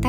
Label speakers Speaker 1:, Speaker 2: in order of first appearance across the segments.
Speaker 1: 大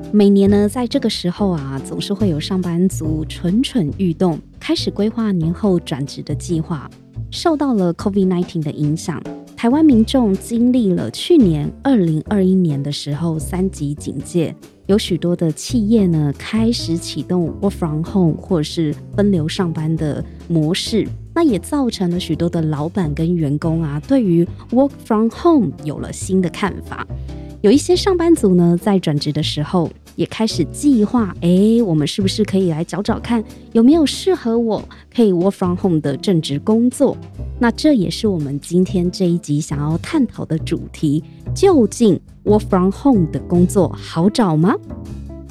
Speaker 1: 每年呢，在这个时候啊，总是会有上班族蠢蠢欲动，开始规划年后转职的计划。受到了 COVID-19 的影响，台湾民众经历了去年二零二一年的时候三级警戒，有许多的企业呢开始启动 work from home 或是分流上班的模式，那也造成了许多的老板跟员工啊对于 work from home 有了新的看法。有一些上班族呢，在转职的时候也开始计划，诶，我们是不是可以来找找看有没有适合我可以 work from home 的正职工作？那这也是我们今天这一集想要探讨的主题：究竟 work from home 的工作好找吗？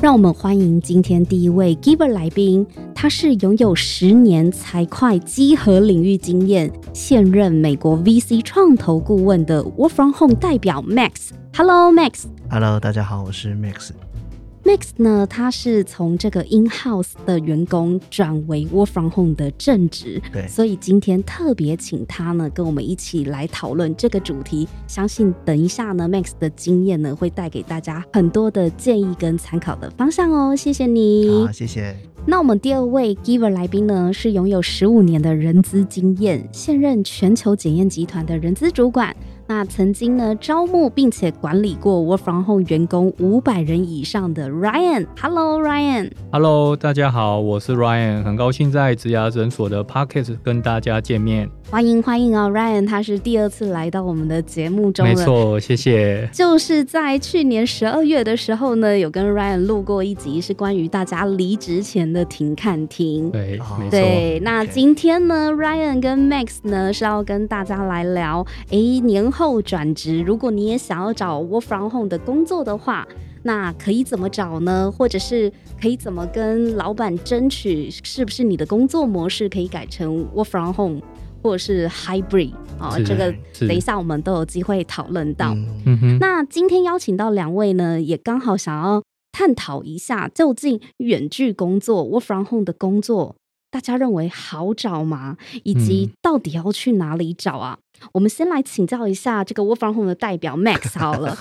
Speaker 1: 让我们欢迎今天第一位 Giver 来宾，他是拥有十年财会稽核领域经验，现任美国 VC 创投顾问的 Work from Home 代表 Max。Hello Max。
Speaker 2: Hello，大家好，我是 Max。
Speaker 1: Max 呢，他是从这个 in house 的员工转为 work from home 的正职，
Speaker 2: 对
Speaker 1: 所以今天特别请他呢跟我们一起来讨论这个主题。相信等一下呢，Max 的经验呢会带给大家很多的建议跟参考的方向哦。谢谢你。
Speaker 2: 好，谢谢。
Speaker 1: 那我们第二位 Giver 来宾呢，是拥有十五年的人资经验，现任全球检验集团的人资主管。那曾经呢，招募并且管理过 Work from Home 员工五百人以上的 Ryan。Hello Ryan，
Speaker 3: Hello，大家好，我是 Ryan，很高兴在植牙诊所的 Pocket 跟大家见面。
Speaker 1: 欢迎欢迎哦，Ryan 他是第二次来到我们的节目中
Speaker 3: 没
Speaker 1: 了。
Speaker 3: 错，谢谢。
Speaker 1: 就是在去年十二月的时候呢，有跟 Ryan 录过一集，是关于大家离职前的停看听。
Speaker 3: 对，
Speaker 2: 哦
Speaker 3: 没错，
Speaker 1: 对，那
Speaker 2: OK
Speaker 1: 今天呢，Ryan 跟 Max 呢是要跟大家来聊，诶，年后转职，如果你也想要找 work from home 的工作的话，那可以怎么找呢？或者是可以怎么跟老板争取，是不是你的工作模式可以改成 work from home 或者是 hybrid 啊、
Speaker 3: 是
Speaker 1: 这个
Speaker 3: 是
Speaker 1: 等一下我们都有机会讨论到。
Speaker 2: 嗯
Speaker 3: 嗯哼，
Speaker 1: 那今天邀请到两位呢，也刚好想要探讨一下，究竟远距工作 （work from home） 的工作，大家认为好找吗？以及
Speaker 3: 嗯
Speaker 1: 到底要去哪里找啊？我们先来请教一下这个 work from home 的代表 Max 好了，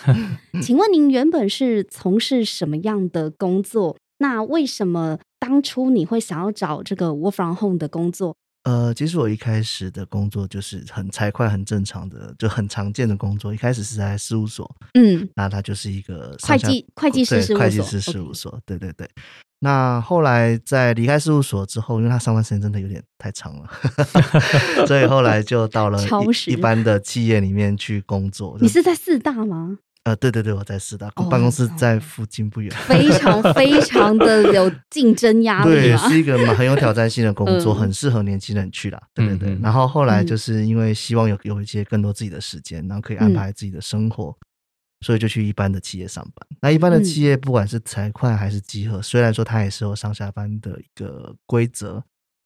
Speaker 1: 请问您原本是从事什么样的工作？那为什么当初你会想要找这个 work from home 的工作？
Speaker 2: 呃，其实我一开始的工作就是很财会、很正常的，就很常见的工作。一开始是在事务所，
Speaker 1: 嗯，
Speaker 2: 那它就是一个上
Speaker 1: 会
Speaker 2: 下哦
Speaker 1: 计会计师
Speaker 2: 对
Speaker 1: 事务所，
Speaker 2: 会计师事务所，对对对。那后来在离开事务所之后，因为他上班时间真的有点太长了， 所以后来就到了
Speaker 1: 超时
Speaker 2: 一一般的企业里面去工作。
Speaker 1: 你是在四大吗？
Speaker 2: 呃，对对对，我在师大，
Speaker 1: 哦
Speaker 2: 办公室在附近不远。
Speaker 1: 非常非常的有竞争压力啊
Speaker 2: 对，
Speaker 1: 嘛。
Speaker 2: 是一个蛮很有挑战性的 工作，
Speaker 1: 嗯
Speaker 2: 很适合年轻人去啦。对对对。
Speaker 3: 嗯嗯
Speaker 2: 然后后来就是因为希望有有一些更多自己的时间，然后可以
Speaker 1: 嗯
Speaker 2: 安排自己的生活，所以就去一般的企业上班。那一般
Speaker 1: 嗯
Speaker 2: 的企业，不管是财会还是集合，虽然说它也是有上下班的一个规则。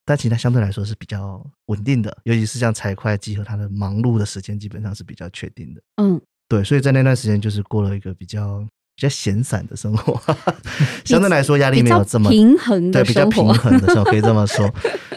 Speaker 2: 但其实它相对来说是比较稳定的，尤其是像财会集合，它的忙碌的时间基本上是比较确定的。
Speaker 1: 嗯，
Speaker 2: 对，所以在那段时间就是过了一个比较比较闲散的生活， 相对来说压力没有这么
Speaker 1: 比较平衡
Speaker 2: 对
Speaker 1: 的
Speaker 2: 比较
Speaker 1: 生
Speaker 2: 平
Speaker 1: 活。
Speaker 2: 衡 的时候，可以这么说。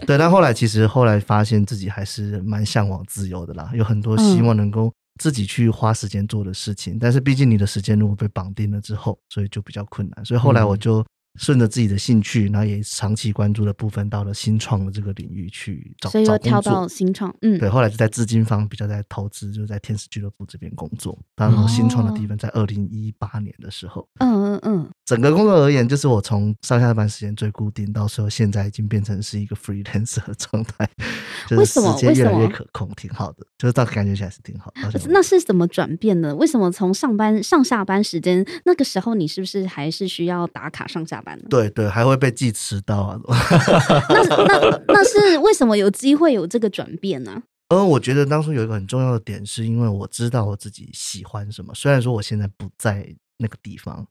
Speaker 2: 对，但后来其实后来发现自己还是蛮向往自由的啦，有很多希望
Speaker 1: 嗯
Speaker 2: 能够自己去花时间做的事情。但是毕竟你的时间如果被绑定了之后，所以就比较困难。所以后来我
Speaker 1: 嗯
Speaker 2: 就顺着自己的兴趣，然后也长期关注的部分，到了新创的这个领域去找
Speaker 1: 所以
Speaker 2: 找
Speaker 1: 又
Speaker 2: 工
Speaker 1: 跳
Speaker 2: 作
Speaker 1: 到。新创，嗯，
Speaker 2: 对，后来就在资金方比较在投资，就是在天使俱乐部这边工作。当然，我新创的
Speaker 1: 哦
Speaker 2: 地方在二零一八年的时候，
Speaker 1: 嗯嗯嗯，
Speaker 2: 整个工作而言，就是我从上下班时间最固定，到时候现在已经变成是一个 freelancer 的状态，就
Speaker 1: 为
Speaker 2: 是
Speaker 1: 什
Speaker 2: 时
Speaker 1: 么
Speaker 2: 间
Speaker 1: 为什
Speaker 2: 越来越
Speaker 1: 么
Speaker 2: 可控，挺好的，就是到感觉起来是挺好。好像？
Speaker 1: 那是怎么转变的？为什么从上班上下班时间那个时候，你是不是还是需要打卡上下班呢
Speaker 2: 对对，还会被记迟到啊。
Speaker 1: 那那那是为什么有机会有这个转变呢、
Speaker 2: 而我觉得当初有一个很重要的点，是因为我知道我自己喜欢什么，虽然说我现在不在那个地方，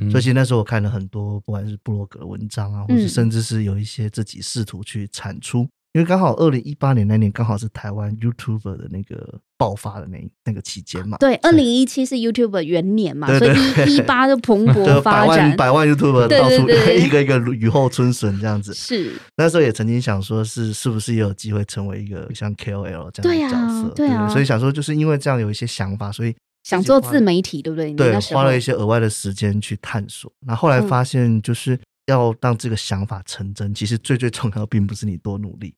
Speaker 3: 嗯
Speaker 2: 所以其实那时候我看了很多，不管是布洛格的文章啊，或
Speaker 1: 嗯
Speaker 2: 是甚至是有一些自己试图去产出，因为刚好二零一八年那年刚好是台湾 YouTuber 的那个爆发的那那个期间嘛，
Speaker 1: 对，二零一七是 YouTube 元年嘛，
Speaker 2: 对
Speaker 1: 所
Speaker 2: 对
Speaker 1: 以一一八就蓬
Speaker 2: 就
Speaker 1: 勃
Speaker 2: 百
Speaker 1: 发展
Speaker 2: 万，百万 YouTuber
Speaker 1: 对
Speaker 2: 到
Speaker 1: 对
Speaker 2: 处
Speaker 1: 对
Speaker 2: 一个一个雨后春笋这样子。
Speaker 1: 是，
Speaker 2: 那时候也曾经想说是，是不是也有机会成为一个像 KOL 这
Speaker 1: 对
Speaker 2: 样的
Speaker 1: 啊
Speaker 2: 角色？
Speaker 1: 对啊
Speaker 2: 不所以想说，就是因为这样有一些想法，所以
Speaker 1: 想做自媒体，对不对？你
Speaker 2: 对
Speaker 1: 那时候
Speaker 2: 花了一些额外的时间去探索。那后来
Speaker 1: 嗯
Speaker 2: 发现，就是要让这个想法成真，其实最最重要的并不是你多努力，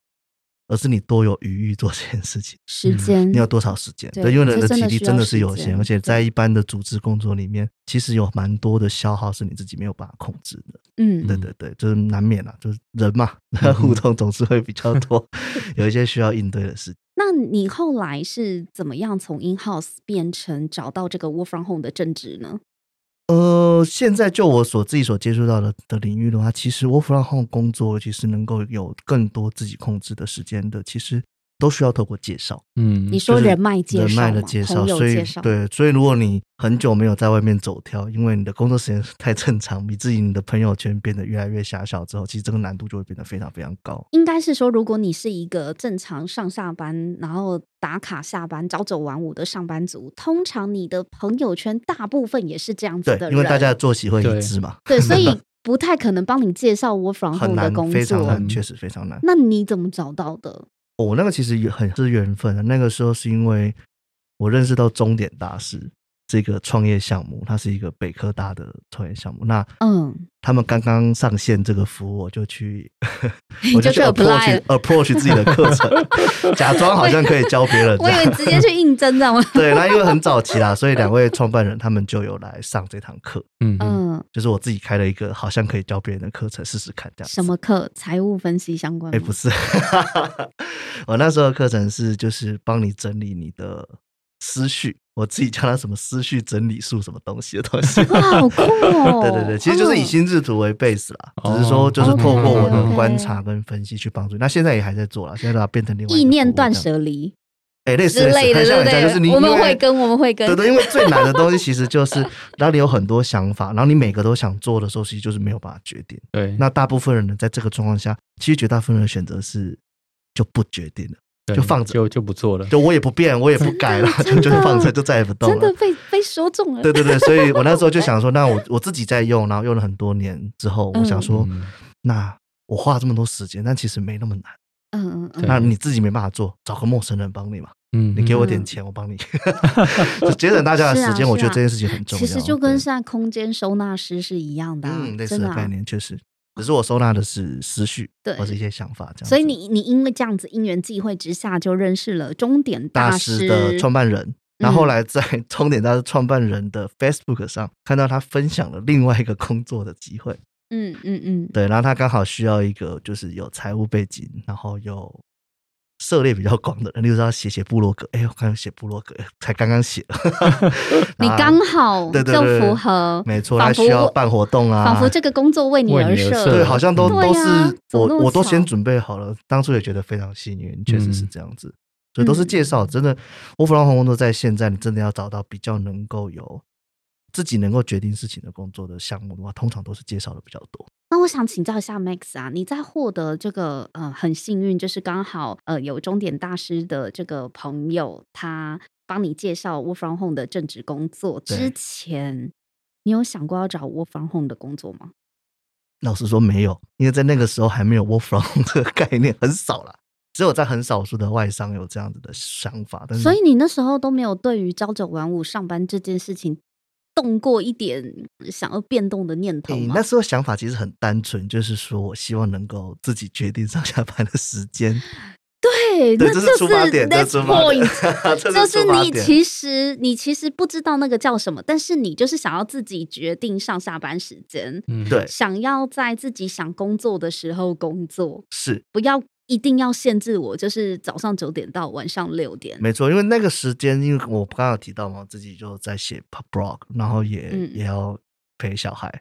Speaker 2: 而是你多有余裕做这件事情。
Speaker 1: 时间
Speaker 2: 嗯你，有多少时间？
Speaker 1: 嗯对
Speaker 2: 对，因为人
Speaker 1: 这
Speaker 2: 的
Speaker 1: 真
Speaker 2: 体
Speaker 1: 的
Speaker 2: 力
Speaker 1: 需
Speaker 2: 真
Speaker 1: 要
Speaker 2: 的是
Speaker 1: 时
Speaker 2: 有
Speaker 1: 间
Speaker 2: 限，而且在一般的组织工作里面，其实有蛮多的消耗是你自己没有办法控制的。
Speaker 1: 嗯，
Speaker 2: 对对对，就是难免啦，就是人嘛， 互动总是会比较多， 有一些需要应对的事情。
Speaker 1: 那你后来是怎么样从 in house 变成找到这个 work from home 的正职
Speaker 2: 嗯
Speaker 1: 呢？
Speaker 2: 呃，现在就我所自己所接触到的的领域的话，其实 work from home 工作，其实能够有更多自己控制的时间的，其实都需要透过介绍、
Speaker 3: 嗯
Speaker 1: 你说
Speaker 2: 就是
Speaker 1: 人脉介
Speaker 2: 人
Speaker 1: 绍吗，
Speaker 2: 脉的介绍。
Speaker 1: 朋友
Speaker 2: 所以
Speaker 1: 介绍，
Speaker 2: 对，所以如果你很久没有在外面走跳，因为你的工作时间太正常，以至于你的朋友圈变得越来越狭小之后，其实这个难度就会变得非常非常高。
Speaker 1: 应该是说，如果你是一个正常上下班，然后打卡下班、朝九晚五的上班族，通常你的朋友圈大部分也是这样子
Speaker 2: 对
Speaker 1: 的，人，
Speaker 2: 因为大家的作息会
Speaker 3: 对
Speaker 2: 一致嘛，
Speaker 1: 对， 所以不太可能帮你介绍 work from
Speaker 2: 很
Speaker 1: home 的
Speaker 2: 难，
Speaker 1: 工
Speaker 2: 非常
Speaker 1: 作。嗯
Speaker 2: 难，确实非常难。
Speaker 1: 那你怎么找到的？
Speaker 2: 哦我、那个其实也很是缘分的。啊那个时候是因为我认识到终点大师这个创业项目，它是一个北科大的创业项目。那
Speaker 1: 嗯，
Speaker 2: 他们刚刚上线这个服务，我就 去，我
Speaker 1: 就
Speaker 2: 去
Speaker 1: 去 apply
Speaker 2: approach approach 自己的课程， 假装好像可以教别人这
Speaker 1: 我以
Speaker 2: 样。
Speaker 1: 为直接去应征，知道吗？
Speaker 2: 对，那因为很早期啦，所以两位创办人他们就有来上这堂课，
Speaker 3: 嗯嗯
Speaker 1: 嗯，
Speaker 2: 就是我自己开了一个好像可以教别人的课程，试试看这样子。
Speaker 1: 什么课？财务分析相关
Speaker 2: 哎、
Speaker 1: 吗？
Speaker 2: 不是， 我那时候的课程是就是帮你整理你的思绪，我自己叫它什么思绪整理术什么东西的东西。
Speaker 1: 哇，好酷哦！
Speaker 2: 对对对，其实就是以
Speaker 1: 嗯
Speaker 2: 心智图为 base 啦，只是
Speaker 3: 哦
Speaker 2: 说就是透过我
Speaker 1: OK，OK
Speaker 2: 的观察跟分析去帮助你。那现在也还在做啦，现在把它变成另外一个
Speaker 1: 意念
Speaker 2: 服务
Speaker 1: 断
Speaker 2: 这样，
Speaker 1: 舍离
Speaker 2: 哎、类似
Speaker 1: 之类的，
Speaker 2: 很像
Speaker 1: 对
Speaker 2: 很像，就是
Speaker 1: 不
Speaker 2: 你
Speaker 1: 对？我
Speaker 2: 因
Speaker 1: 们
Speaker 2: 为
Speaker 1: 会跟，我们会跟
Speaker 2: 对，对，因为最难的东西其实就是当你有很多想法，然后你每个都想做的时候，其实就是没有办法决定。
Speaker 3: 对，
Speaker 2: 那大部分人呢，在这个状况下，其实绝大部分人的选择是就不决定了，
Speaker 3: 对
Speaker 2: 就放着
Speaker 3: 就就不做了。
Speaker 2: 就我也不变，我也不改了，
Speaker 1: 真
Speaker 2: 就
Speaker 1: 的
Speaker 2: 就放着，就再也不动
Speaker 1: 真的
Speaker 2: 了。
Speaker 1: 被被说中了。
Speaker 2: 对对对，所以我那时候就想说， 那我我自己在用，然后用了很多年之后，
Speaker 1: 嗯
Speaker 2: 我想说，
Speaker 3: 嗯
Speaker 2: 那我花这么多时间，但其实没那么难。
Speaker 1: 嗯嗯嗯，
Speaker 2: 那你自己没办法做，找个陌生人帮你嘛，
Speaker 3: 嗯，
Speaker 2: 你给我
Speaker 1: 嗯
Speaker 2: 点钱，我 帮你，就节省大家的时
Speaker 1: 是
Speaker 2: 间。
Speaker 1: 啊
Speaker 2: 我觉
Speaker 1: 是啊
Speaker 2: 得这件事情很重要，
Speaker 1: 其实就跟
Speaker 2: 对
Speaker 1: 现在空间收纳师是一样的、啊，
Speaker 2: 嗯类似
Speaker 1: 真的、
Speaker 2: 的
Speaker 1: 啊、
Speaker 2: 概念，确实。只是我收纳的是思绪，
Speaker 1: 对
Speaker 2: 或是一些想法这样子。
Speaker 1: 所以你你因为这样子因缘际会之下，就认识了终点
Speaker 2: 大
Speaker 1: 师
Speaker 2: 师的创办人，然
Speaker 1: 嗯
Speaker 2: 后后来在 终点大师创办人的 Facebook 上看到他分享了另外一个工作的机会，
Speaker 1: 嗯嗯嗯，
Speaker 2: 对，然后他刚好需要一个就是有财务背景，然后有涉猎比较广的人，例如说他写写部落格，哎，我刚刚写部落格，才刚刚写，
Speaker 1: 你
Speaker 2: 啊
Speaker 1: 刚好
Speaker 2: 对对
Speaker 1: 就
Speaker 2: 对
Speaker 1: 符合，
Speaker 2: 没错，
Speaker 1: 仿
Speaker 2: 他
Speaker 1: 佛
Speaker 2: 需要办活动啊，
Speaker 1: 仿佛这个工作为你
Speaker 3: 为
Speaker 1: 而
Speaker 3: 你而
Speaker 1: 设，
Speaker 3: 设
Speaker 2: 对，好像都、
Speaker 1: 对
Speaker 2: 都
Speaker 1: 呀
Speaker 2: 是
Speaker 1: 怎么
Speaker 2: 我
Speaker 1: 那么
Speaker 2: 我都
Speaker 1: 巧
Speaker 2: 先准备好了，当初也觉得非常幸运，确实是
Speaker 3: 嗯
Speaker 2: 这样子，所以都是介
Speaker 1: 嗯
Speaker 2: 绍。真的，我弗朗红工作在现在，你真的要找到比较能够有自己能够决定事情的工作的项目的话，通常都是介绍的比较多。
Speaker 1: 那我想请教一下 Max 啊，你在获得这个呃很幸运，就是刚好呃有终点大师的这个朋友，他帮你介绍 Work from Home 的正职工作
Speaker 2: 对
Speaker 1: 之前，你有想过要找 Work from Home 的工作吗？
Speaker 2: 老实说，没有，因为在那个时候还没有 work from home 这个概念，很少啦。只有在很少数的外商有这样子的想法，但是
Speaker 1: 所以你那时候都没有对于朝九晚五上班这件事情动过一点想要变动的念头
Speaker 2: 诶
Speaker 1: 吗？
Speaker 2: 那时候想法其实很单纯，就是说我希望能够自己决定上下班的时间。
Speaker 1: 对，
Speaker 2: 对
Speaker 1: 那
Speaker 2: 这是
Speaker 1: 就
Speaker 2: 出发点这
Speaker 1: that's
Speaker 2: 是出发点
Speaker 1: point，
Speaker 2: 这是
Speaker 1: 就是
Speaker 2: 出发
Speaker 1: 你
Speaker 2: 点
Speaker 1: 其实你其实不知道那个叫什么，但是你就是想要自己决定上下班时间，
Speaker 3: 嗯
Speaker 2: 对，
Speaker 1: 想要在自己想工作的时候工作，
Speaker 2: 是
Speaker 1: 不要一定要限制我，就是早上九点到晚上六点。
Speaker 2: 没错，因为那个时间，因为我刚刚有提到嘛，我自己就在写 pub blog，然后也、
Speaker 1: 嗯
Speaker 2: 也要陪小孩，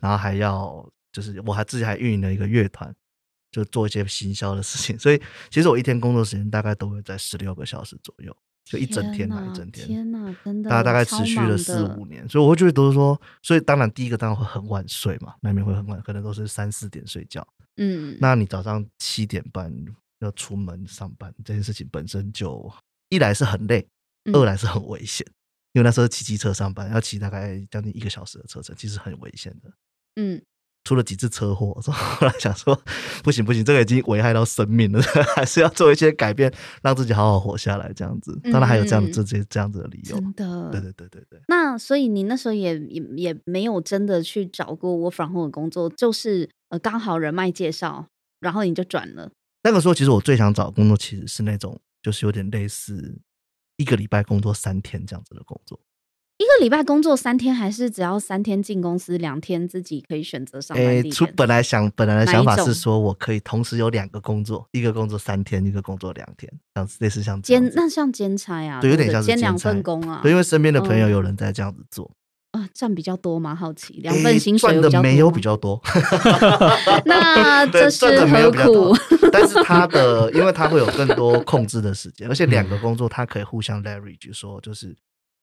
Speaker 2: 然后还要就是我还自己还运营了一个乐团， 就做一些行销的事情，所以其实我一天工作时间大概都会在十六个小时左右。就一整天呐，
Speaker 1: 呐
Speaker 2: 一整天，
Speaker 1: 天呐，真的，
Speaker 2: 大概大概持续了
Speaker 1: 超
Speaker 2: 四
Speaker 1: 忙的
Speaker 2: 五年，所以我会觉得都是说，所以当然第一个当然会很晚睡嘛，难免会很晚，可能都是三四点睡觉。
Speaker 1: 嗯，
Speaker 2: 那你早上七点半要出门上班，这件事情本身就一来是很累，
Speaker 1: 嗯
Speaker 2: 二来是很危险，因为那时候骑机车上班，要骑大概将近一个小时的车程，其实很危险的。
Speaker 1: 嗯，
Speaker 2: 出了几次车祸， 所以后来想说，不行不行，这个已经危害到生命了， 还是要做一些改变，让自己好好活下来。这样子，当然还有这样的
Speaker 1: 嗯
Speaker 2: 这些这样子的理由。
Speaker 1: 真的，
Speaker 2: 对对对对对，
Speaker 1: 那所以你那时候也也也没有真的去找过我 from home 的工作，就是呃刚好人脉介绍，然后你就转了。
Speaker 2: 那个时候其实我最想找的工作其实是那种，就是有点类似一个礼拜工作三天这样子的工作。
Speaker 1: 一个礼拜工作三天，还是只要三天进公司，两天自己可以选择上班
Speaker 2: 诶，
Speaker 1: 地
Speaker 2: 哎出
Speaker 1: 点？
Speaker 2: 本来想本来的
Speaker 1: 哪
Speaker 2: 想
Speaker 1: 一
Speaker 2: 法是
Speaker 1: 种
Speaker 2: 说我可以同时有两个工作，一个工作三天，一个工作两天，这样子类似像这样
Speaker 1: 兼
Speaker 2: 子。
Speaker 1: 那像兼差啊，
Speaker 2: 对有点
Speaker 1: 不
Speaker 2: 像是
Speaker 1: 兼两
Speaker 2: 兼差
Speaker 1: 份工啊，
Speaker 2: 对，因为身边的朋友
Speaker 1: 嗯
Speaker 2: 有人在这样子做，
Speaker 1: 啊赚比较多吗？好奇，两
Speaker 2: 诶
Speaker 1: 份薪水
Speaker 2: 赚
Speaker 1: 比
Speaker 2: 的
Speaker 1: 较
Speaker 2: 没有
Speaker 1: 多
Speaker 2: 比
Speaker 1: 吗，
Speaker 2: 较多，
Speaker 1: 那
Speaker 2: 对
Speaker 1: 这
Speaker 2: 赚
Speaker 1: 是
Speaker 2: 的没有
Speaker 1: 何
Speaker 2: 比较多
Speaker 1: 苦？，
Speaker 2: 但是他的因为他会有更多控制的时间，而且两
Speaker 1: 嗯
Speaker 2: 个工作他可以互相 leverage，说就是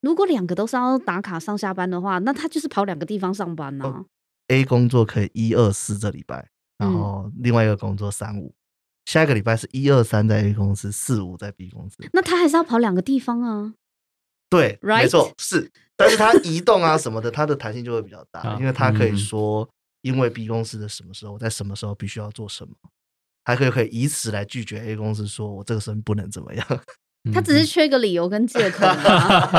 Speaker 1: 如果两个都是要打卡上下班的话，那他就是跑两个地方上班呐、啊
Speaker 2: 哦 A 工作可以一二四这礼拜，然
Speaker 1: 嗯
Speaker 2: 后另外一个工作三五，下一个礼拜是一二三在 A 公司，四五在 B 公司。
Speaker 1: 那他还是要跑两个地方啊。
Speaker 2: 对
Speaker 1: Right？
Speaker 2: 没错，是，但是它移动啊什么的，它的弹性就会比较大
Speaker 3: 啊，
Speaker 2: 因为它可以
Speaker 3: 嗯
Speaker 2: 说，因为 B 公司的什么时候在什么时候必须要做什么，还可以可以以此来拒绝 A 公司，说我这个时候不能怎么样。
Speaker 3: 嗯
Speaker 2: 嗯
Speaker 1: 他只是缺一个理由跟借口啊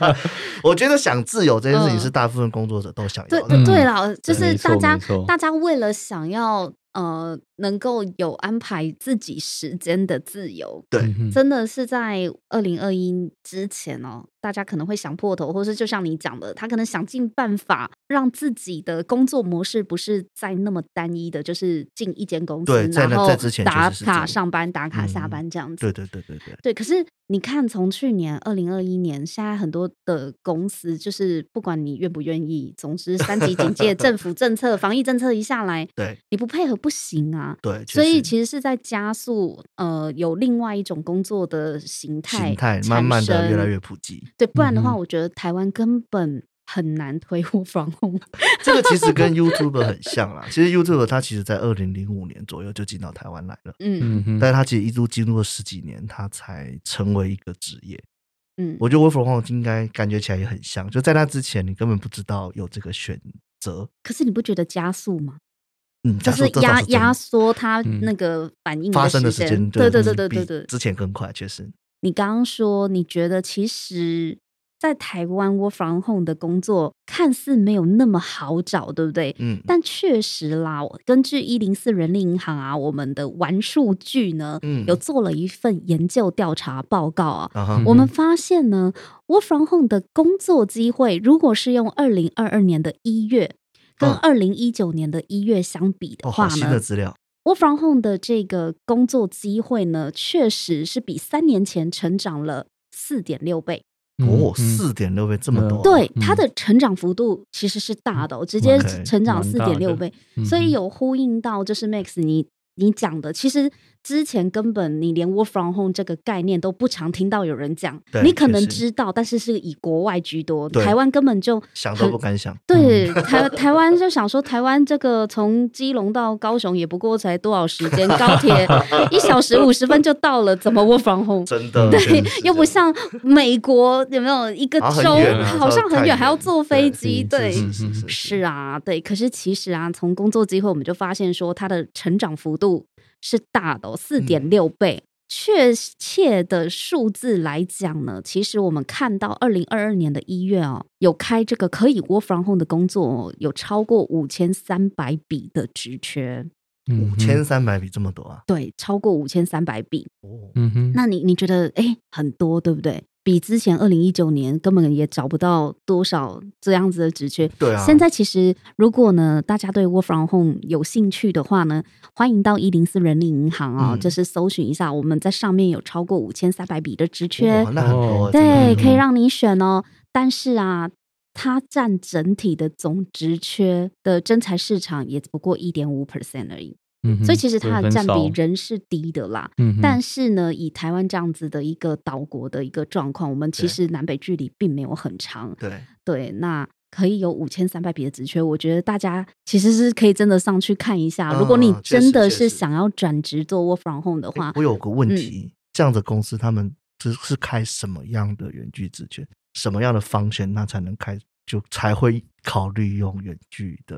Speaker 1: 嘛。
Speaker 2: 我觉得想自由这件事
Speaker 1: 嗯
Speaker 2: 情是大部分工作者都想
Speaker 1: 对
Speaker 2: 要的，
Speaker 3: 嗯
Speaker 1: 对啦，就是
Speaker 3: 没错
Speaker 1: 大家
Speaker 3: 没错
Speaker 1: 大家为了想要呃能够有安排自己时间的自由，
Speaker 2: 对
Speaker 3: 嗯
Speaker 1: 真的是在二零二一之前哦，大家可能会想破头，或是就像你讲的，他可能想尽办法让自己的工作模式不是再那么单一的，就是进一间公司，
Speaker 2: 对在那
Speaker 1: 然后
Speaker 2: 在之前确实
Speaker 1: 打
Speaker 2: 是这样
Speaker 1: 卡上班、打卡下
Speaker 2: 嗯
Speaker 1: 班这样子。
Speaker 2: 对对对对对，
Speaker 1: 对，可是你看，从去年二零二一年，现在很多的公司就是不管你愿不愿意，总之三级警戒、 政府政策、防疫政策一下来，
Speaker 2: 对
Speaker 1: 你不配合不行啊。
Speaker 2: 对，确
Speaker 1: 所以
Speaker 2: 实
Speaker 1: 其实是在加速，呃，有另外一种工作的形态
Speaker 2: 形态
Speaker 1: 产
Speaker 2: 慢慢的
Speaker 1: 生
Speaker 2: 越来越普及。
Speaker 1: 对，不然的
Speaker 3: 嗯
Speaker 1: 话，
Speaker 3: 哼
Speaker 1: 我觉得台湾根本很难推 互防控。
Speaker 2: 这个其实跟 YouTube 很像啦，其实 YouTube 它其实在二零零五年左右就进到台湾来了。
Speaker 1: 嗯
Speaker 3: 嗯哼
Speaker 2: 但是他其实一度进入了十几年，他才成为一个职业。
Speaker 1: 嗯，
Speaker 2: 我觉得 work from home 应该感觉起来也很像，就在那之前，你根本不知道有这个选择。
Speaker 1: 可是你不觉得加速吗？
Speaker 2: 嗯，
Speaker 1: 就
Speaker 2: 假设
Speaker 1: 是
Speaker 2: 这倒
Speaker 1: 压
Speaker 2: 真的
Speaker 1: 压缩它
Speaker 3: 嗯
Speaker 1: 那个反应
Speaker 2: 发生的
Speaker 1: 的
Speaker 2: 时
Speaker 1: 时
Speaker 2: 间，
Speaker 1: 间。对对对
Speaker 2: 嗯
Speaker 1: 对
Speaker 2: 比
Speaker 1: 对对。
Speaker 2: 之前更快，确实。
Speaker 1: 你刚刚说，你觉得其实，在台湾 work from home 的工作看似没有那么好找，对不对？
Speaker 2: 嗯，
Speaker 1: 但确实啦，我根据一零四人力银行啊，我们的玩数据呢，
Speaker 2: 嗯
Speaker 1: 有做了一份研究调查报告啊。
Speaker 2: 啊哈
Speaker 3: 嗯，
Speaker 1: 我们发现呢，work from home 的工作机会，如果是用二零二二年的一月跟
Speaker 2: 嗯
Speaker 1: 二零一九年的一月相比的
Speaker 2: 哦，
Speaker 1: 话
Speaker 2: 好
Speaker 1: 呢，
Speaker 2: 新的资料，
Speaker 1: Work from home 的这个工作机会呢，确实是比三年前成长了四点六倍。
Speaker 2: 哦，，四点六倍这么多，
Speaker 1: 嗯对，
Speaker 3: 嗯
Speaker 1: 它的成长幅度其实是大的、哦，直接
Speaker 2: OK，
Speaker 1: 成长
Speaker 3: 蛮
Speaker 1: 四
Speaker 3: 大的
Speaker 1: 点六倍，
Speaker 3: 嗯
Speaker 1: 所以有呼应到就是 Max 你你讲的，其实之前根本你连 Work from home 这个概念都不常听到有人讲
Speaker 2: 对，
Speaker 1: 你可能
Speaker 2: 确实
Speaker 1: 知道，但是是以国外居多，
Speaker 2: 对
Speaker 1: 台湾根本就
Speaker 2: 想都不敢想。
Speaker 1: 对，
Speaker 2: 嗯
Speaker 1: 台台湾就想说，台湾这个从基隆到高雄也不过才多少时间，高 铁一小时五十分就到了，怎么我防红？
Speaker 2: 真的，
Speaker 3: 对
Speaker 2: 确实是
Speaker 1: 又不
Speaker 2: 这样
Speaker 1: 像美国，有没有一个
Speaker 2: 好像
Speaker 1: 州
Speaker 2: 很远啊
Speaker 1: 好像很
Speaker 2: 太
Speaker 1: 远，还要坐飞机？对，
Speaker 2: 是是是
Speaker 1: 是啊，对。可是其实啊，从工作机会我们就发现说，它的成长幅度是大的、哦，四点六倍。确切的数字来讲呢，其实我们看到二零二二年的一月哦，有开这个可以 work from home 的工作、哦，有超过五千三百笔的职缺，
Speaker 2: 五
Speaker 3: 嗯
Speaker 2: 千三百比这么多啊！
Speaker 1: 对，超过五千三百笔。
Speaker 2: 哦，
Speaker 3: 嗯哼，
Speaker 1: 那你你觉得，哎，很多对不对？比之前二零一九年根本也找不到多少这样子的职缺，
Speaker 2: 对啊，
Speaker 1: 现在其实，如果呢大家对 Work from Home 有兴趣的话呢，欢迎到一零四人力银行哦，
Speaker 2: 嗯
Speaker 1: 就是搜寻一下，我们在上面有超过五千三百笔的职缺
Speaker 2: 哇，那很多
Speaker 3: 哦
Speaker 1: 嗯
Speaker 2: 啊，真的
Speaker 1: 对，
Speaker 2: 很多
Speaker 1: 可以让你选哦。但是啊，它占整体的总职缺的真才市场也只不过一点五 percent 而已。
Speaker 3: 嗯哼，
Speaker 1: 所以其实它的
Speaker 3: 对
Speaker 1: 占
Speaker 3: 很少
Speaker 1: 比仍是低的啦。
Speaker 3: 嗯哼，
Speaker 1: 但是呢，以台湾这样子的一个岛国的一个状况，我们其
Speaker 2: 对
Speaker 1: 实南北距离并没有很长。
Speaker 2: 对，
Speaker 1: 对，那可以有五千三百笔的职缺，我觉得大家其实是可以真的上去看一下。
Speaker 2: 啊
Speaker 1: 如果你
Speaker 2: 确实
Speaker 1: 真的
Speaker 2: 确
Speaker 1: 是
Speaker 2: 实
Speaker 1: 想要转职做 work from home 的话
Speaker 2: 诶，我有个问
Speaker 1: 嗯
Speaker 2: 题，这样的公司他们只是开什么样的远距职权，什么样的方选，那才能开就才会考虑用远距的，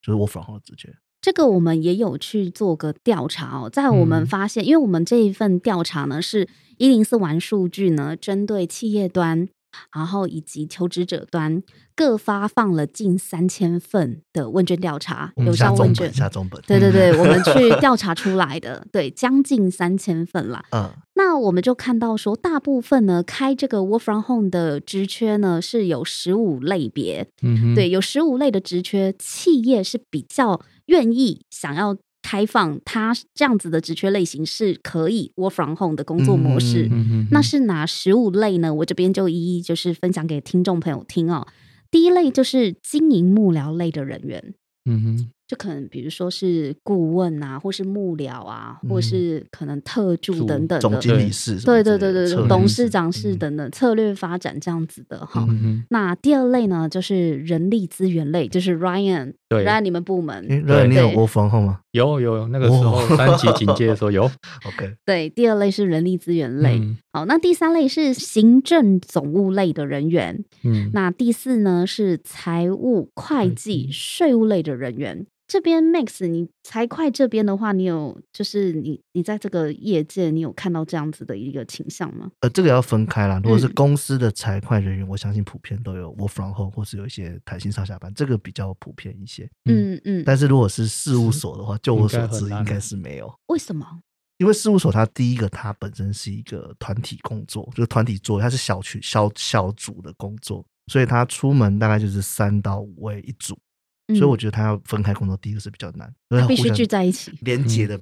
Speaker 2: 就是我反后职权。
Speaker 1: 这个我们也有去做个调查哦，在我们
Speaker 3: 嗯
Speaker 1: 发现，因为我们这一份调查呢是一零四玩数据呢，针对企业端，然后以及求职者端各发放了近三千份的问卷调查，
Speaker 2: 我们
Speaker 1: 有
Speaker 2: 下
Speaker 1: 效
Speaker 2: 中
Speaker 1: 问卷
Speaker 2: 本，，下中本。嗯
Speaker 1: 对对对，我们 去调查出来的，对，将近三千份啦。
Speaker 2: 嗯，
Speaker 1: 那我们就看到说，大部分呢开这个 work from home 的职缺呢是有十五类别，
Speaker 3: 嗯哼，
Speaker 1: 对，有十五类的职缺，企业是比较愿意想要开放它这样子的职缺类型是可以 work from home 的工作模式。
Speaker 2: 嗯
Speaker 3: 嗯哼，
Speaker 1: 那是哪十五类呢？我这边就一一就是分享给听众朋友听哦。第一类就是经营幕僚类的人员，
Speaker 3: 嗯哼，
Speaker 1: 就可能比如说是顾问啊，或是幕僚啊，或
Speaker 2: 嗯
Speaker 1: 是可能特助
Speaker 2: 主
Speaker 1: 等等
Speaker 2: 总
Speaker 1: 的，
Speaker 2: 经
Speaker 3: 对
Speaker 2: 理室什么
Speaker 1: 对
Speaker 2: 之
Speaker 1: 对对
Speaker 2: 类的，
Speaker 1: 对
Speaker 2: 策
Speaker 1: 对，
Speaker 2: 略
Speaker 1: 董
Speaker 2: 室
Speaker 1: 事长室
Speaker 2: 嗯
Speaker 1: 等等策略发展这样子的哈。
Speaker 3: 嗯哼，
Speaker 1: 那第二类呢，就是人力资源类，就是 Ryan，Ryan
Speaker 3: 对，
Speaker 1: 你们部门
Speaker 2: 诶那你有
Speaker 1: 对
Speaker 2: work from home 吗
Speaker 3: 有有有，那个时候
Speaker 2: 哦
Speaker 3: 三级警戒的时候有
Speaker 2: ？OK，
Speaker 1: 对，第二类是人力资源类。
Speaker 3: 嗯
Speaker 1: 好，那第三类是行政总务类的人员，
Speaker 3: 嗯，
Speaker 1: 那第四呢是财务、会计、税务类的人员。这边 Max，你财会这边的话，你有就是你你在这个业界，你有看到这样子的一个倾向吗？
Speaker 2: 呃，这个要分开啦。如果是
Speaker 1: 嗯
Speaker 2: 公司的财会人员，我相信普遍都有 work from home，或是有一些弹性上下班，这个比较普遍一些。
Speaker 1: 嗯
Speaker 3: 嗯
Speaker 1: 嗯，
Speaker 2: 但是如果是事务所的话，就我
Speaker 3: 应该
Speaker 2: 所
Speaker 3: 很
Speaker 2: 知，
Speaker 3: 难
Speaker 2: 应该
Speaker 3: 啊
Speaker 2: 是没有。
Speaker 1: 为什么？
Speaker 2: 因为事务所它第一个，它本身是一个团体工作，就是团体作业，它是小群小小组的工作，所以它出门大概就是三到五位一组，
Speaker 1: 嗯、
Speaker 2: 所以我觉得它要分开工作，第一个是比较难，因
Speaker 1: 他
Speaker 2: 为它
Speaker 1: 必
Speaker 2: 互
Speaker 1: 须
Speaker 2: 相
Speaker 1: 聚在一起，
Speaker 2: 连接的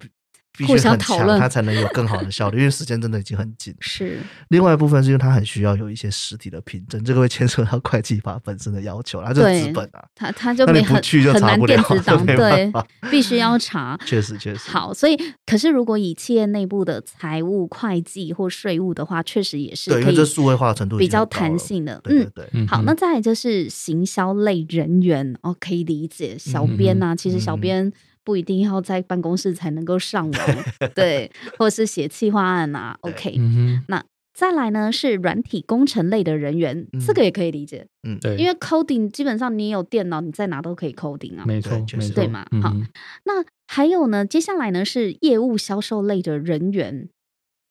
Speaker 2: 必
Speaker 1: 互
Speaker 2: 须
Speaker 1: 相
Speaker 2: 很
Speaker 1: 讨
Speaker 2: 强，
Speaker 1: 论
Speaker 2: 它才能有 更好的效率，因为时间真的已经很紧。
Speaker 1: 是
Speaker 2: 另外一部分是因为它很需要有一些实体的凭证，这个会牵涉到会计法本身的要求，它就是
Speaker 1: 对
Speaker 2: 资本啊，
Speaker 1: 他他就
Speaker 2: 那
Speaker 1: 没
Speaker 2: 你不
Speaker 1: 很
Speaker 2: 去就
Speaker 1: 很
Speaker 2: 查
Speaker 1: 难
Speaker 2: 不
Speaker 1: 电
Speaker 2: 了，
Speaker 1: 子
Speaker 2: 就
Speaker 1: 档，
Speaker 2: 没
Speaker 1: 对
Speaker 2: 办，法。
Speaker 1: 必须要查。
Speaker 2: 确实确实，
Speaker 1: 好，所以可是如果以企业内部的财务、会计或税务的话，确实也是
Speaker 2: 对，因
Speaker 1: 可
Speaker 2: 为这
Speaker 1: 以
Speaker 2: 数位化程度已
Speaker 1: 比
Speaker 2: 经
Speaker 1: 较
Speaker 2: 很高
Speaker 1: 弹
Speaker 2: 了，
Speaker 1: 性的。
Speaker 2: 对对
Speaker 1: 嗯，
Speaker 2: 对。
Speaker 3: 嗯
Speaker 1: 好，
Speaker 3: 哼
Speaker 1: 那再来就是行销类人员哦，可以理解。小编呐、其实小
Speaker 2: 嗯
Speaker 1: 编不一定要在办公室才能够上网， 对，或者是写企划案啊。
Speaker 2: 对
Speaker 1: OK，
Speaker 3: 嗯哼，
Speaker 1: 再来呢是软体工程类的人员，这
Speaker 2: 嗯
Speaker 1: 个也可以理解，
Speaker 3: 对，
Speaker 1: 因为 coding 基本上你有电脑，你在哪都可以 coding 啊。
Speaker 3: 没错
Speaker 2: 对
Speaker 3: 没
Speaker 2: 确实
Speaker 3: 错，
Speaker 1: 对嘛
Speaker 3: 嗯
Speaker 1: 好
Speaker 3: 哼
Speaker 1: 那还有呢，接下来呢是业务销售类的人员，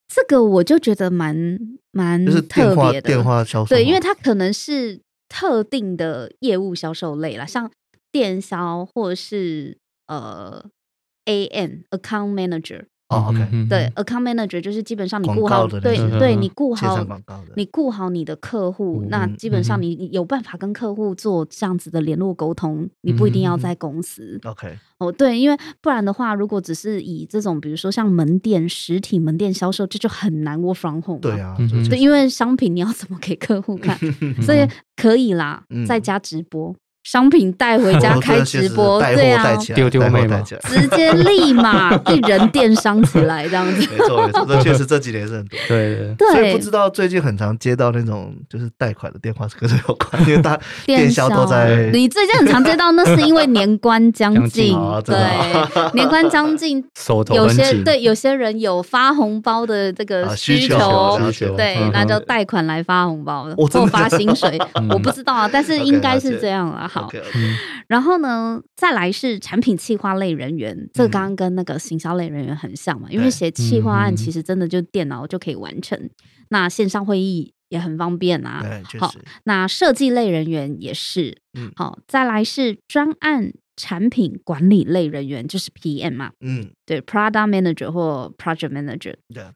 Speaker 1: 这个我就觉得蛮蛮
Speaker 2: 就是电
Speaker 1: 嗯特
Speaker 2: 话
Speaker 1: 别的，
Speaker 2: 电话销售嘛，
Speaker 1: 对，因为它可能是特定的业务销售类啦，像电销或是呃 A M Account Manager，
Speaker 2: 哦
Speaker 3: 嗯
Speaker 2: OK，
Speaker 3: 哼
Speaker 1: 对、，Account Manager 就是基本上你
Speaker 2: 广
Speaker 1: 顾好
Speaker 2: 告的那
Speaker 1: 对
Speaker 3: 种
Speaker 1: 对
Speaker 3: 嗯
Speaker 1: 你顾
Speaker 2: 线
Speaker 1: 好
Speaker 2: 上广告的，
Speaker 1: 你顾好你的客户，
Speaker 3: 嗯
Speaker 1: 那基本上
Speaker 3: 嗯
Speaker 1: 你有办法跟客户做这样子的联络沟通，你不一定要
Speaker 2: 嗯
Speaker 1: 在公司。
Speaker 2: OK，
Speaker 1: 哦，对，因为不然的话，如果只是以这种，比如说像门店、实体门店销售，这就很难 work from home 嘛。
Speaker 2: 对啊，
Speaker 3: 嗯
Speaker 2: 就
Speaker 3: 哼
Speaker 2: 是
Speaker 1: 对，因为商品你要怎么给客户 看？所以可以啦，
Speaker 2: 嗯
Speaker 1: 在家直播，商品带回家
Speaker 2: 我觉得
Speaker 1: 开
Speaker 2: 确
Speaker 1: 直
Speaker 2: 实
Speaker 1: 播，
Speaker 2: 带货
Speaker 1: 对啊，
Speaker 2: 带，起来，
Speaker 3: 丢丢
Speaker 2: 带货
Speaker 3: 妹嘛
Speaker 2: 带起来
Speaker 1: 直接立 马被人电商起来这样子。
Speaker 2: 没错没错，这确实这几年是很多。
Speaker 3: 对对
Speaker 2: 所以
Speaker 1: 对
Speaker 2: 不，知道最近很常接到那种就是贷款的电话是跟这有关，因为 大电销都在
Speaker 1: 你最近很常接到，那是因为年关将
Speaker 3: 将近
Speaker 1: 近
Speaker 2: 啊，
Speaker 1: 对
Speaker 2: 真的啊，
Speaker 1: 年关将 近，
Speaker 3: 手头
Speaker 1: 有
Speaker 3: 很
Speaker 1: 些
Speaker 3: 紧，
Speaker 1: 对有些人有发红包的这个
Speaker 2: 啊需
Speaker 1: 求，
Speaker 2: 求
Speaker 3: 需
Speaker 2: 了
Speaker 3: 求
Speaker 2: 解
Speaker 1: 对，
Speaker 3: 嗯
Speaker 1: 那
Speaker 3: 哼
Speaker 1: 就贷款来发红包，
Speaker 2: 哦真
Speaker 1: 或
Speaker 2: 的
Speaker 1: 发
Speaker 2: 假的
Speaker 1: 薪 水
Speaker 3: 嗯，
Speaker 1: 我不知道啊，但是
Speaker 2: OK，
Speaker 1: 应该
Speaker 2: 了
Speaker 1: 是
Speaker 2: 解
Speaker 1: 这样了。好，
Speaker 2: OK，OK，
Speaker 3: 嗯
Speaker 1: 然后呢，再来是产品企划类人员，这刚刚跟那个行销类人员很像嘛，因为
Speaker 2: 嗯对
Speaker 1: 写企划案
Speaker 3: 嗯
Speaker 1: 其实真的就电脑就可以完成，那线上会议也很方便啊。
Speaker 2: 对，
Speaker 3: 嗯
Speaker 2: 确
Speaker 1: 好
Speaker 2: 实，
Speaker 1: 那设计类人员也是，
Speaker 2: 嗯
Speaker 1: 好，再来是专案产品管理类人员，就是 PM 嘛，
Speaker 2: 嗯，
Speaker 1: 对，Product Manager 或 Project Manager，
Speaker 2: 对，啊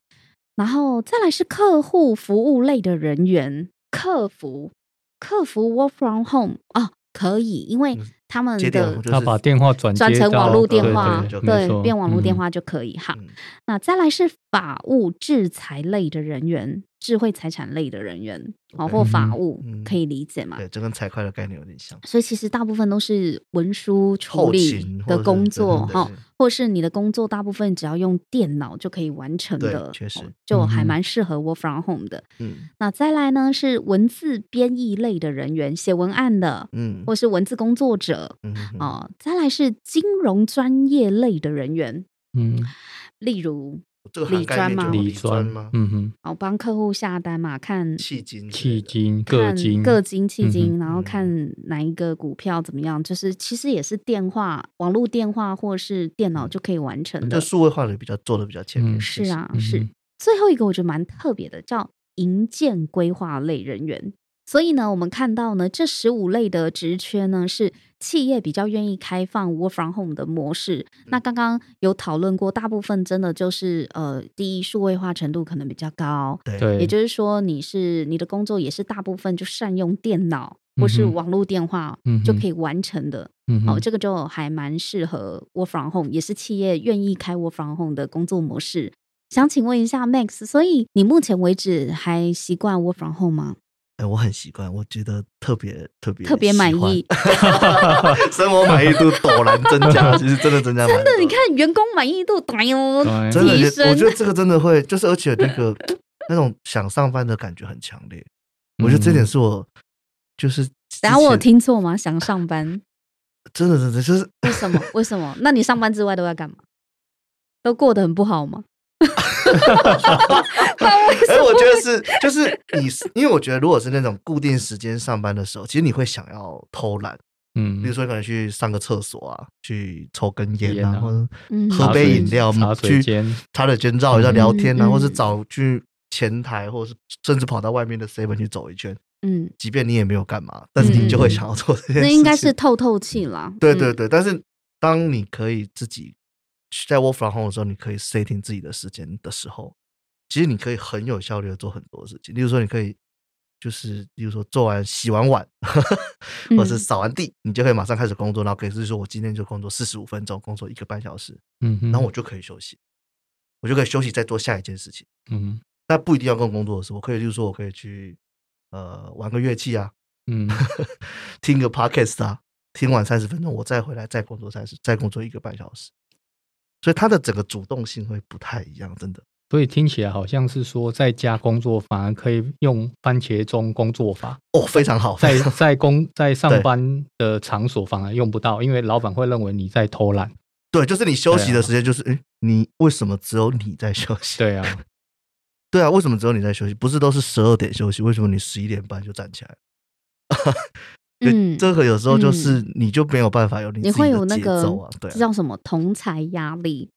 Speaker 1: 然后再来是客户服务类的人员，客服，客服 work from home 哦，可以，因为
Speaker 2: 嗯
Speaker 1: 他们
Speaker 2: 接电话
Speaker 1: 的
Speaker 2: 就是
Speaker 3: 他把电话转
Speaker 1: 转
Speaker 3: 接
Speaker 1: 成
Speaker 3: 到
Speaker 1: 网络
Speaker 3: 对
Speaker 1: 电话，
Speaker 3: 对
Speaker 2: 就
Speaker 3: 没
Speaker 1: 对，
Speaker 3: 错
Speaker 1: 变网络电
Speaker 3: 嗯
Speaker 1: 话就可以哈。
Speaker 2: 嗯
Speaker 1: 那再来是法务制裁类的人员，智慧财产类的人员，哦，
Speaker 2: OK
Speaker 1: 或法务
Speaker 2: 嗯嗯
Speaker 1: 可以理解嘛？
Speaker 2: 对，这跟财会的概念有点像。
Speaker 1: 所以其实大部分都是文书处
Speaker 2: 后
Speaker 1: 理
Speaker 2: 勤或
Speaker 1: 的
Speaker 2: 者
Speaker 1: 工
Speaker 2: 是
Speaker 1: 作
Speaker 2: 对对
Speaker 1: 哈
Speaker 2: 对，
Speaker 1: 或是你的工作大部分只要用电脑就可以完成
Speaker 2: 对
Speaker 1: 的，
Speaker 2: 确
Speaker 1: 哦
Speaker 2: 实
Speaker 1: 就还
Speaker 3: 嗯哼
Speaker 1: 蛮适合 work from home 的。
Speaker 2: 嗯
Speaker 1: 那再来呢是文字编译类的人员，写文案的
Speaker 2: 嗯
Speaker 1: 或是文字工作者
Speaker 2: 嗯哼哼
Speaker 1: 哦。再来是金融专业类的人员，
Speaker 3: 嗯
Speaker 1: 例如
Speaker 2: 这个涵
Speaker 1: 理
Speaker 2: 盖
Speaker 1: 专
Speaker 2: 面就
Speaker 1: 吗
Speaker 2: 有
Speaker 1: 理
Speaker 2: 理专吗？
Speaker 3: 嗯哼，
Speaker 1: 哦帮客户下单嘛，看
Speaker 2: 迄今之类的
Speaker 3: 迄今各
Speaker 1: 看
Speaker 3: 金
Speaker 1: 各金迄金，
Speaker 3: 嗯
Speaker 1: 然后看哪一个股票怎么样，就是其实也是电话、网络电话或是电脑就可以完成的
Speaker 2: 就。数位化的比较做的比较前面
Speaker 3: 嗯，
Speaker 1: 是啊，
Speaker 3: 嗯
Speaker 1: 是
Speaker 3: 哼。
Speaker 1: 最后一个我觉得蛮特别的，叫营建规划类人员。所以呢，我们看到呢，这十五类的职缺呢，是企业比较愿意开放 work from home 的模式。那
Speaker 3: 嗯
Speaker 1: 刚刚有讨论过，大部分真的就是呃，第一数位化程度可能比较高，
Speaker 2: 对
Speaker 3: 对，
Speaker 1: 也就是说，你是你的工作也是大部分就善用电脑或是
Speaker 3: 嗯哼
Speaker 1: 网络电话
Speaker 3: 嗯哼
Speaker 1: 就可以完成的。
Speaker 3: 嗯哼
Speaker 1: 哦，这个就还蛮适合 work from home，也是企业愿意开 work from home 的工作模式。想请问一下 Max，所以你目前为止还习惯 work from home 吗？
Speaker 2: 哎，我很习惯，我觉得特别特别
Speaker 1: 特别满
Speaker 2: 喜欢
Speaker 1: 意，，
Speaker 2: 生活满意度陡然增加，其实真的增加蛮
Speaker 1: 真的，
Speaker 2: 多
Speaker 1: 你，看员工满意度，哎呦，
Speaker 3: 对
Speaker 2: 真的
Speaker 1: 提
Speaker 2: 也，我
Speaker 1: 升
Speaker 2: 觉得这个真的会，就是而且那个那种想上班的感觉很强烈，我觉得这点是我就是之
Speaker 1: 等下我有
Speaker 2: 前
Speaker 1: 听错吗？想上班，
Speaker 2: 真的真的就是
Speaker 1: 为什么？为什么？那你上班之外都在干嘛？都过得很不好吗？ 那为什
Speaker 2: 哎、
Speaker 1: 么？
Speaker 2: 我觉得是，就是你是，因为我觉得如果是那种固定时间上班的时候，其实你会想要偷懒，
Speaker 3: 嗯，
Speaker 2: 比如说你可能去上个厕所啊，去抽根烟
Speaker 3: 烟
Speaker 2: 啊，
Speaker 3: 啊
Speaker 2: 或者
Speaker 1: 嗯
Speaker 2: 喝杯饮料，
Speaker 3: 茶水
Speaker 2: 去
Speaker 3: 间
Speaker 2: 茶水间绕一下
Speaker 3: 嗯
Speaker 2: 聊天啊，
Speaker 1: 嗯
Speaker 2: 或是找去前台，或者是甚至跑到外面的 seven 去走一圈，
Speaker 1: 嗯，
Speaker 2: 即便你也没有干嘛，但是你就会想要做这件事情。
Speaker 1: 那应该是透透气啦。
Speaker 2: 对
Speaker 1: 嗯
Speaker 2: 对对，但是当你可以自己在 work from home 的时候，你可以 setting 自己的时间的时候，其实你可以很有效率的做很多事情。例如说，你可以就是，例如说做完洗完碗， 或是
Speaker 1: 嗯
Speaker 2: 扫完地，你就可以马上开始工作。然后可以是说我今天就工作四十五分钟，工作一个半小时，
Speaker 3: 嗯哼，
Speaker 2: 然后我就可以休息，我就可以休息再做下一件事情。
Speaker 3: 嗯
Speaker 2: 那不一定要跟工作的事，我可以，例如说我可以去呃玩个乐器啊，
Speaker 3: 嗯
Speaker 2: 听个 podcast 啊，听完三十分钟，我再回来再工作三十，再工作一个半小时，所以他的整个主动性会不太一样，真的。
Speaker 3: 所以听起来好像是说，在家工作反而可以用番茄钟工作法，
Speaker 2: 哦，非常好，
Speaker 3: 在
Speaker 2: 非 常
Speaker 3: 在工在上
Speaker 2: 对
Speaker 3: 班的场所反而用不到，因为老板会认为你在偷懒。
Speaker 2: 对，就是你休息的时间，就是诶，你为什么只有你在休息？
Speaker 3: 对啊，
Speaker 2: 对啊，为什么只有你在休息？不是都是十二点休息，为什么你十一点半就站起来？对
Speaker 1: 嗯，
Speaker 2: 这个有时候就是你就没有办法有你
Speaker 1: 你
Speaker 2: 自己
Speaker 1: 会有
Speaker 2: 的
Speaker 1: 那
Speaker 2: 节
Speaker 1: 个
Speaker 2: 奏啊，对
Speaker 1: 这
Speaker 2: 啊，
Speaker 1: 叫什么同才压力，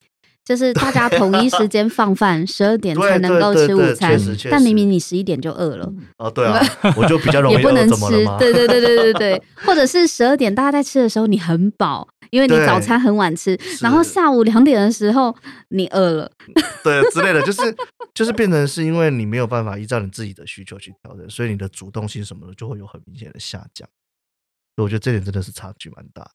Speaker 1: 就是大家同一时间放饭，十二点才能够
Speaker 2: 对
Speaker 1: 吃
Speaker 2: 对
Speaker 1: 午
Speaker 2: 对
Speaker 1: 餐
Speaker 2: 确实，确
Speaker 1: 但明
Speaker 2: 实
Speaker 1: 明你十一点就饿了，
Speaker 2: 哦 对啊，我就比较容
Speaker 1: 也
Speaker 2: 易
Speaker 1: 不
Speaker 2: 饿
Speaker 1: 能
Speaker 2: 怎么了
Speaker 1: 吃
Speaker 2: 吗。？
Speaker 1: 对对对对对 对，或者是十二点大家在吃的时候你很饱，因为你
Speaker 2: 对
Speaker 1: 早餐很晚吃，然后
Speaker 2: 是
Speaker 1: 下午两点的时候你饿了，
Speaker 2: 对之类的，就是就是变成是因为你没有办法依照你自己的需求去调整，所以你的主动性什么的就会有很明显的下降。所以我觉得这点真的是差距蛮大的。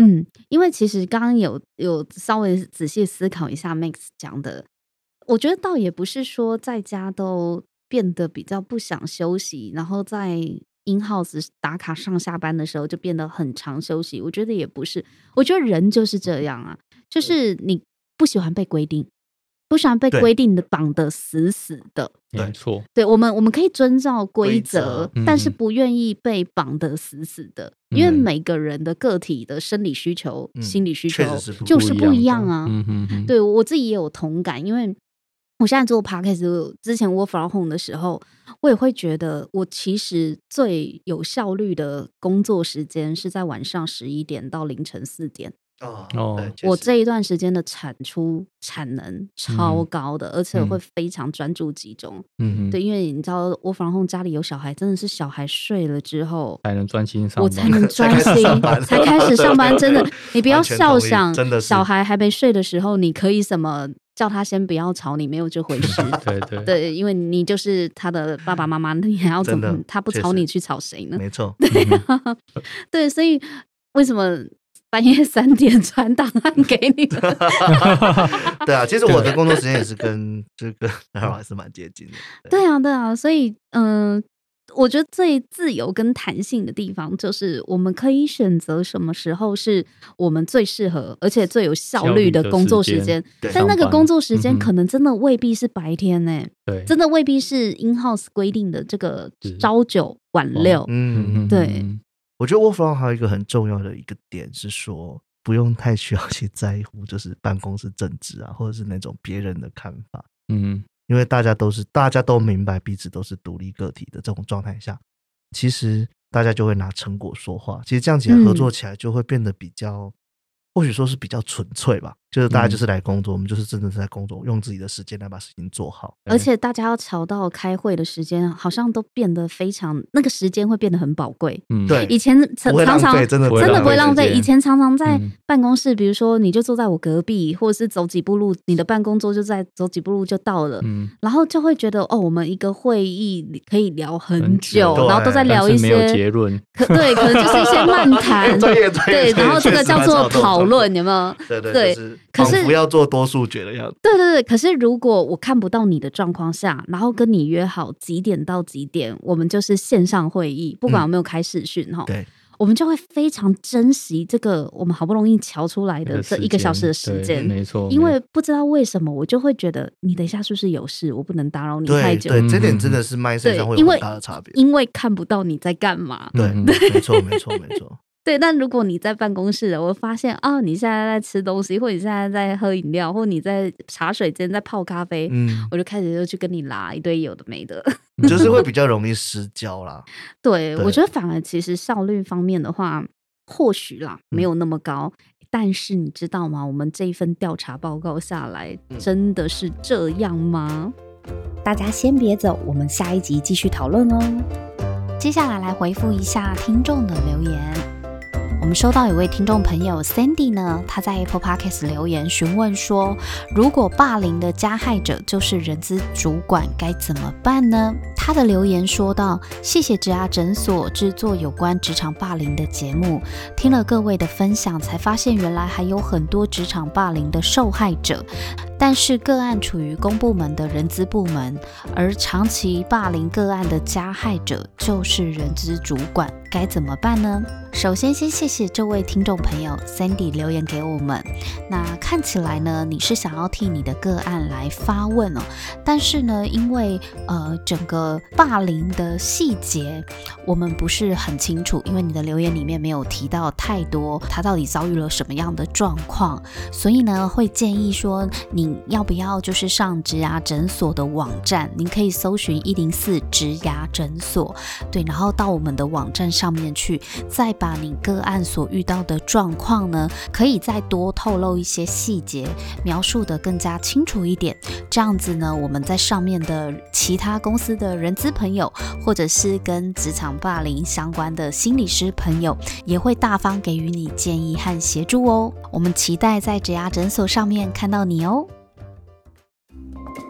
Speaker 1: 嗯，因为其实刚刚有有稍微仔细思考一下 Max 讲的，我觉得倒也不是说在家都变得比较不想休息，然后在 in house 打卡上下班的时候就变得很长休息。我觉得也不是，我觉得人就是这样啊，就是你不喜欢被规定，不喜欢被
Speaker 2: 对
Speaker 1: 规定的绑得死死的。
Speaker 2: 对
Speaker 3: 没错，
Speaker 1: 对我们，我们可以遵照规
Speaker 2: 规
Speaker 1: 则，
Speaker 2: 则
Speaker 1: 但是
Speaker 3: 嗯
Speaker 1: 不愿意被绑得死死的，因为
Speaker 3: 嗯
Speaker 1: 每个人的个体的生理需求、
Speaker 2: 嗯
Speaker 1: 心理需
Speaker 2: 确
Speaker 1: 求
Speaker 2: 实是不
Speaker 1: 就是
Speaker 2: 一
Speaker 1: 不一样
Speaker 2: 样的
Speaker 1: 啊。
Speaker 3: 嗯哼哼，
Speaker 1: 对我自己也有同感，因为我现在做 podcast，之前 work from home 的时候，我也会觉得我其实最有效率的工作时间是在晚上十一点到凌晨四点。
Speaker 2: 哦
Speaker 3: 哦
Speaker 2: 对确
Speaker 1: 我
Speaker 2: 实
Speaker 1: 这一段时间的产出产能超
Speaker 3: 嗯
Speaker 1: 高的，而且
Speaker 3: 嗯
Speaker 1: 会非常专注集中。
Speaker 3: 嗯哼，
Speaker 1: 对，因为你知道，我防控家里有小孩，真的是小孩睡了之后，
Speaker 3: 才能专心上班。
Speaker 1: 我才能专
Speaker 2: 才开始
Speaker 1: 心
Speaker 2: 上，班
Speaker 1: 才开始上班。真 的，你不要
Speaker 2: 完全
Speaker 1: 笑
Speaker 2: 同意
Speaker 1: 想，
Speaker 2: 真的是
Speaker 1: 小孩还没睡的时候，你可以什么叫他先不要吵你，没有这回 事。
Speaker 3: 对对，
Speaker 1: 对，因为你就是他的爸爸妈妈，你还要怎
Speaker 2: 真的
Speaker 1: 么？他不
Speaker 2: 确
Speaker 1: 吵
Speaker 2: 实
Speaker 1: 你去吵谁呢？
Speaker 2: 没错，
Speaker 3: 嗯哼
Speaker 1: 对，所以为什么半夜三点 传档案给你们。
Speaker 2: 对啊，其实我的工作时间也是跟这个还是蛮接近的。
Speaker 1: 对啊，对啊，所以嗯、呃我觉得最自由跟弹性的地方，就是我们可以选择什么时候是我们最适合而且最有效率的工作时间。
Speaker 2: 对
Speaker 1: 但那个工作时
Speaker 3: 嗯
Speaker 1: 间
Speaker 3: 哼
Speaker 1: 可能真的未必是白天呢、
Speaker 3: 对，
Speaker 1: 真的未必是 in house 规定的这个
Speaker 3: 是
Speaker 1: 朝九晚六。
Speaker 2: 嗯，
Speaker 1: 对
Speaker 3: 嗯
Speaker 2: 我觉得 work from home 还有一个很重要的一个点是说，不用太需要去 在乎就是办公室政治啊，或者是那种别人的看法，
Speaker 3: 嗯，
Speaker 2: 因为大家都是大家都明白彼此都是独立个体的这种状态下，其实大家就会拿成果说话。其实这样起来
Speaker 1: 嗯
Speaker 2: 合作起来就会变得比较，或许说是比较纯粹吧，就是大家
Speaker 3: 嗯
Speaker 2: 就是来工作，我们就是真的是在工作，用自己的时间来把事情做好。
Speaker 3: 对
Speaker 1: 而且大家要调到开会的时间，好像都变得非常，那个时间会变得很宝贵。
Speaker 3: 嗯
Speaker 2: 对
Speaker 1: 以前常
Speaker 2: 不会浪
Speaker 1: 常常
Speaker 2: 费，真的
Speaker 3: 不会
Speaker 1: 真的不会
Speaker 3: 浪
Speaker 1: 浪
Speaker 3: 费时
Speaker 1: 费。
Speaker 3: 间
Speaker 1: 以前常常在
Speaker 3: 嗯
Speaker 1: 办公室，比如说你就坐在我隔壁，或者是走几步路，你的办公桌就在走几步路就到了，
Speaker 3: 嗯，
Speaker 1: 然后就会觉得哦，我们一个会议可以聊很
Speaker 3: 很久哎
Speaker 1: 久，然后都在
Speaker 2: 对
Speaker 1: 聊
Speaker 3: 但
Speaker 1: 一
Speaker 3: 是没有
Speaker 1: 些
Speaker 3: 结论，
Speaker 1: 可对，可能就是一些漫 谈，
Speaker 2: 专业专
Speaker 1: 对
Speaker 2: 业，，
Speaker 1: 然后这个
Speaker 2: 确实蛮
Speaker 1: 叫做
Speaker 2: 少这种
Speaker 1: 讨
Speaker 2: 状况
Speaker 1: 论，有没有？
Speaker 2: 对对
Speaker 1: 对
Speaker 2: 就是
Speaker 1: 可是哦
Speaker 2: 仿佛要做多数决的样子。
Speaker 1: 对对对，可是如果我看不到你的状况下，然后跟你约好几点到几点，我们就是线上会议，不
Speaker 3: 嗯
Speaker 1: 管有没有开视讯哈、
Speaker 2: 对，
Speaker 1: 我们就会非常珍惜这个我们好不容易瞧出来
Speaker 3: 那
Speaker 1: 的这一个小时的时
Speaker 3: 对
Speaker 1: 间，
Speaker 3: 没错，
Speaker 1: 因为 不知道为什么，我就会觉得你等一下是不是有事，我不能打扰你太
Speaker 2: 对
Speaker 1: 久，
Speaker 2: 对，
Speaker 3: 嗯
Speaker 2: 这点
Speaker 3: 嗯
Speaker 2: 真的是麦身
Speaker 1: 对
Speaker 2: 上会
Speaker 1: 因
Speaker 2: 有
Speaker 1: 为
Speaker 2: 很大的差别。
Speaker 1: 因为看不到你在干嘛。
Speaker 2: 对，
Speaker 3: 嗯
Speaker 2: 没错没错 没错。
Speaker 1: 对，但如果你在办公室了，我发现哦，你现在在吃东西，或者你现在在喝饮料，或者你在茶水间在泡咖啡，
Speaker 2: 嗯，
Speaker 1: 我就开始就去跟你拉一堆有的没的。
Speaker 3: 嗯
Speaker 2: 就是会比较容易失焦啦。
Speaker 1: 对，
Speaker 2: 对
Speaker 1: 我觉得反而其实效率方面的话，或许啦没有那么高。但是你知道吗？我们这一份调查报告下来，真的是这样吗？大家先别走，我们下一集继续讨论哦。接下来来回复一下听众的留言。我们收到有位听众朋友 Sandy 呢，他在 Apple Podcast 留言询问说，如果霸凌的加害者就是人资主管，该怎么办呢？他的留言说道：“谢谢植牙诊所制作有关职场霸凌的节目，听了各位的分享，才发现原来还有很多职场霸凌的受害者，但是个案处于公部门的人资部门，而长期霸凌个案的加害者就是人资主管，该怎么办呢？首先，先谢谢这位听众朋友 Sandy 留言给我们。那看起来呢，你是想要替你的个案来发问哦，但是呢，因为呃整个霸凌的细节我们不是很清楚，因为你的留言里面没有提到太多，他到底遭遇了什么样的状况。所以呢，会建议说你要不要就是上植牙诊所的网站，您可以搜寻一零四植牙诊所，对，然后到我们的网站上面去，再把你个案所遇到的状况呢，可以再多透露一些细节，描述的更加清楚一点。这样子呢，我们在上面的其他公司的人资朋友，或者是跟职场霸凌相关的心理师朋友，也会大方给予你建议和协助哦。我们期待在植牙诊所上面看到你哦。